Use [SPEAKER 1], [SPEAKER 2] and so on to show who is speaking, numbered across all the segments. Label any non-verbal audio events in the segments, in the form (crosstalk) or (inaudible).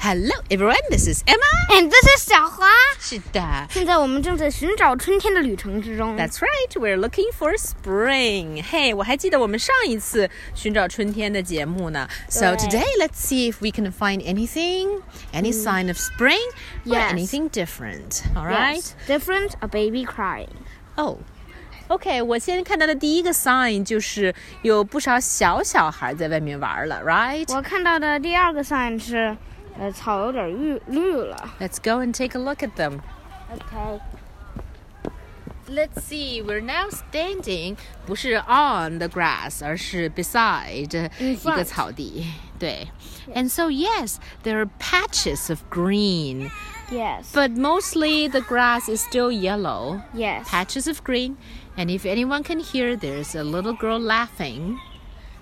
[SPEAKER 1] Hello everyone, this is Emma.
[SPEAKER 2] And this is 小华。
[SPEAKER 1] 是的
[SPEAKER 2] 现在我们正在寻找春天的旅程之中。
[SPEAKER 1] ，That's right, we're looking for spring. Hey，我还记得我们上一次寻找春天的节目呢。So
[SPEAKER 2] 对
[SPEAKER 1] today, let's see if we can find anything, any sign of spring, or
[SPEAKER 2] Yes.
[SPEAKER 1] anything different. All right.
[SPEAKER 2] Yes, different a baby crying.
[SPEAKER 1] 哦、o k 我先看到的第一个 sign 就是有不少小小孩在外面玩了，right？Let's
[SPEAKER 2] 我看到的第二个 sign 是，呃，草有点绿绿了。
[SPEAKER 1] go and take a look at them.
[SPEAKER 2] OK，
[SPEAKER 1] Let's see, we're now standing 不是 on the grass，而是 beside
[SPEAKER 2] In
[SPEAKER 1] 一
[SPEAKER 2] front
[SPEAKER 1] 个草地。对，and so yes, there are patches of green,
[SPEAKER 2] yes,
[SPEAKER 1] but mostly the grass is still yellow.
[SPEAKER 2] yes.
[SPEAKER 1] Patches of green, and if anyone can hear, there's a little girl laughing.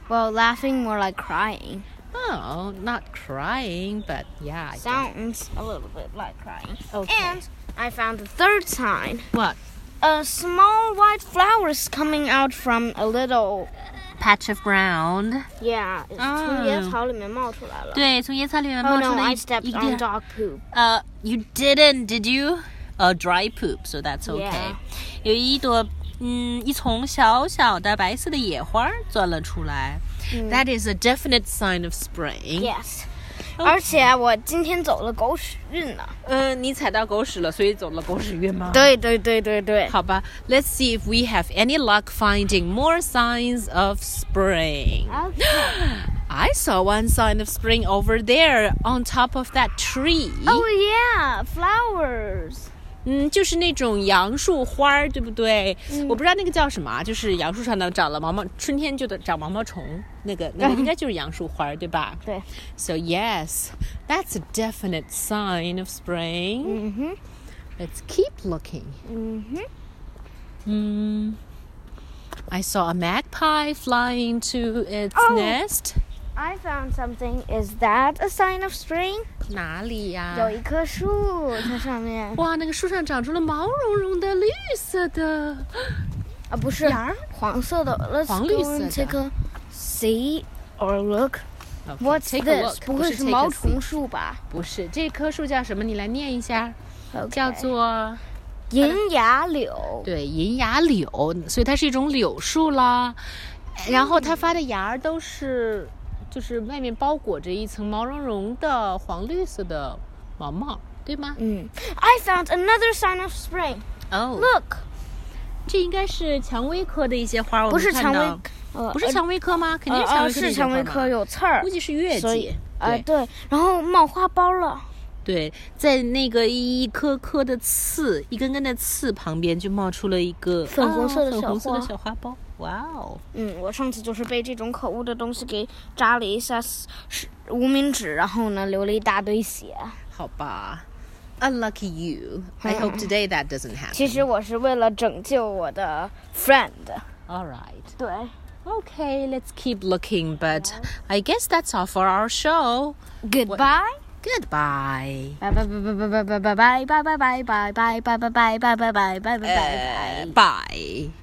[SPEAKER 2] Well, laughing more like crying.
[SPEAKER 1] Oh, not crying, but yeah. I guess.
[SPEAKER 2] Sounds a little bit like crying.
[SPEAKER 1] Okay.
[SPEAKER 2] And I found the third sign.
[SPEAKER 1] What?
[SPEAKER 2] A small white flower is coming out from a little.
[SPEAKER 1] Patch of ground.
[SPEAKER 2] Yeah,
[SPEAKER 1] 哦
[SPEAKER 2] 从野草里面冒出来了。
[SPEAKER 1] 对，从野草里面
[SPEAKER 2] Oh
[SPEAKER 1] 冒
[SPEAKER 2] no,
[SPEAKER 1] 出了
[SPEAKER 2] Oh. I
[SPEAKER 1] 一
[SPEAKER 2] stepped
[SPEAKER 1] 一
[SPEAKER 2] on
[SPEAKER 1] 个。
[SPEAKER 2] dog poop.
[SPEAKER 1] 呃、y o u Uh, didn't, did you? A Uh, dry poop, so that's okay.
[SPEAKER 2] Yeah.
[SPEAKER 1] 有一朵，嗯，一丛小小的白色的野花儿钻了出来。That is a definite sign of spring.
[SPEAKER 2] Yes，、而且我今天走了狗屎运了。
[SPEAKER 1] 嗯、你踩到狗屎了，所以走了狗屎运吗？
[SPEAKER 2] 对对对对对。
[SPEAKER 1] 好吧，Let's see if we have any luck finding more signs of spring. I saw one sign of spring over there on top of that tree.
[SPEAKER 2] Oh yeah, flowers.
[SPEAKER 1] 嗯，就是那种杨树花儿，对不对？
[SPEAKER 2] 嗯
[SPEAKER 1] 我不知道那个叫什么啊，就是杨树上的长了毛毛，春天就得长毛毛虫，那个
[SPEAKER 2] (laughs)
[SPEAKER 1] 那个应该就是杨树花儿，对吧？
[SPEAKER 2] 对。
[SPEAKER 1] So yes, that's a definite sign of spring.
[SPEAKER 2] 嗯哼，
[SPEAKER 1] Let's keep looking.
[SPEAKER 2] 嗯哼。Mm-hmm.
[SPEAKER 1] 嗯，I saw a magpie flying to its
[SPEAKER 2] Oh.
[SPEAKER 1] nest.
[SPEAKER 2] I found something. Is that a sign of spring?
[SPEAKER 1] 哪里呀、
[SPEAKER 2] 有一棵树，它
[SPEAKER 1] (laughs)
[SPEAKER 2] 上面
[SPEAKER 1] 哇，那个树上长出了毛茸茸的绿色的。
[SPEAKER 2] 啊，不是黄色的。Let's
[SPEAKER 1] 黄绿
[SPEAKER 2] go
[SPEAKER 1] 色的
[SPEAKER 2] and take a see or look.
[SPEAKER 1] Okay,
[SPEAKER 2] What's
[SPEAKER 1] take a
[SPEAKER 2] this?
[SPEAKER 1] look，
[SPEAKER 2] 不会
[SPEAKER 1] 是
[SPEAKER 2] 是
[SPEAKER 1] take a
[SPEAKER 2] 毛
[SPEAKER 1] seat
[SPEAKER 2] 虫树吧？
[SPEAKER 1] 不是，这棵树叫什么？你来念一下，
[SPEAKER 2] OK
[SPEAKER 1] 叫做
[SPEAKER 2] 银芽柳。
[SPEAKER 1] 对银芽柳，所以它是一种柳树啦。然后它发的芽儿都是，就是外面包裹着一层毛茸茸的黄绿色的毛毛，对吗？
[SPEAKER 2] 嗯，I found another sign of spring.
[SPEAKER 1] 哦
[SPEAKER 2] Look，
[SPEAKER 1] 这应该是蔷薇科的一些花，我们
[SPEAKER 2] 不是
[SPEAKER 1] 看
[SPEAKER 2] 蔷
[SPEAKER 1] 到
[SPEAKER 2] 薇，呃
[SPEAKER 1] 不是蔷薇科吗？肯定
[SPEAKER 2] 呃
[SPEAKER 1] 是蔷
[SPEAKER 2] 呃
[SPEAKER 1] 薇科的一些花嘛，
[SPEAKER 2] 是蔷薇科有刺儿
[SPEAKER 1] 估，计是月
[SPEAKER 2] 所以
[SPEAKER 1] 季。
[SPEAKER 2] 呃
[SPEAKER 1] 对
[SPEAKER 2] 对，然后冒花苞了。
[SPEAKER 1] 对，在那个一颗颗的刺，一根根的刺旁边就冒出了一个
[SPEAKER 2] 粉红
[SPEAKER 1] 哦
[SPEAKER 2] 色的
[SPEAKER 1] 粉
[SPEAKER 2] 小
[SPEAKER 1] 红色的
[SPEAKER 2] 花
[SPEAKER 1] 小花苞。哇哦！
[SPEAKER 2] 嗯，我上次就是被这种可恶的东西给扎了一下是是无名指，然后呢流了一大堆血。
[SPEAKER 1] 好吧，unlucky you. I hope today that doesn't happen.
[SPEAKER 2] 其实我是为了拯救我的 friend。
[SPEAKER 1] All right.
[SPEAKER 2] 对
[SPEAKER 1] Okay, let's keep looking, but I guess that's all for our show.
[SPEAKER 2] ，Goodbye，
[SPEAKER 1] Goodbye.
[SPEAKER 2] 拜拜拜拜拜拜拜拜拜拜拜拜拜拜拜拜拜拜拜拜拜。
[SPEAKER 1] Bye.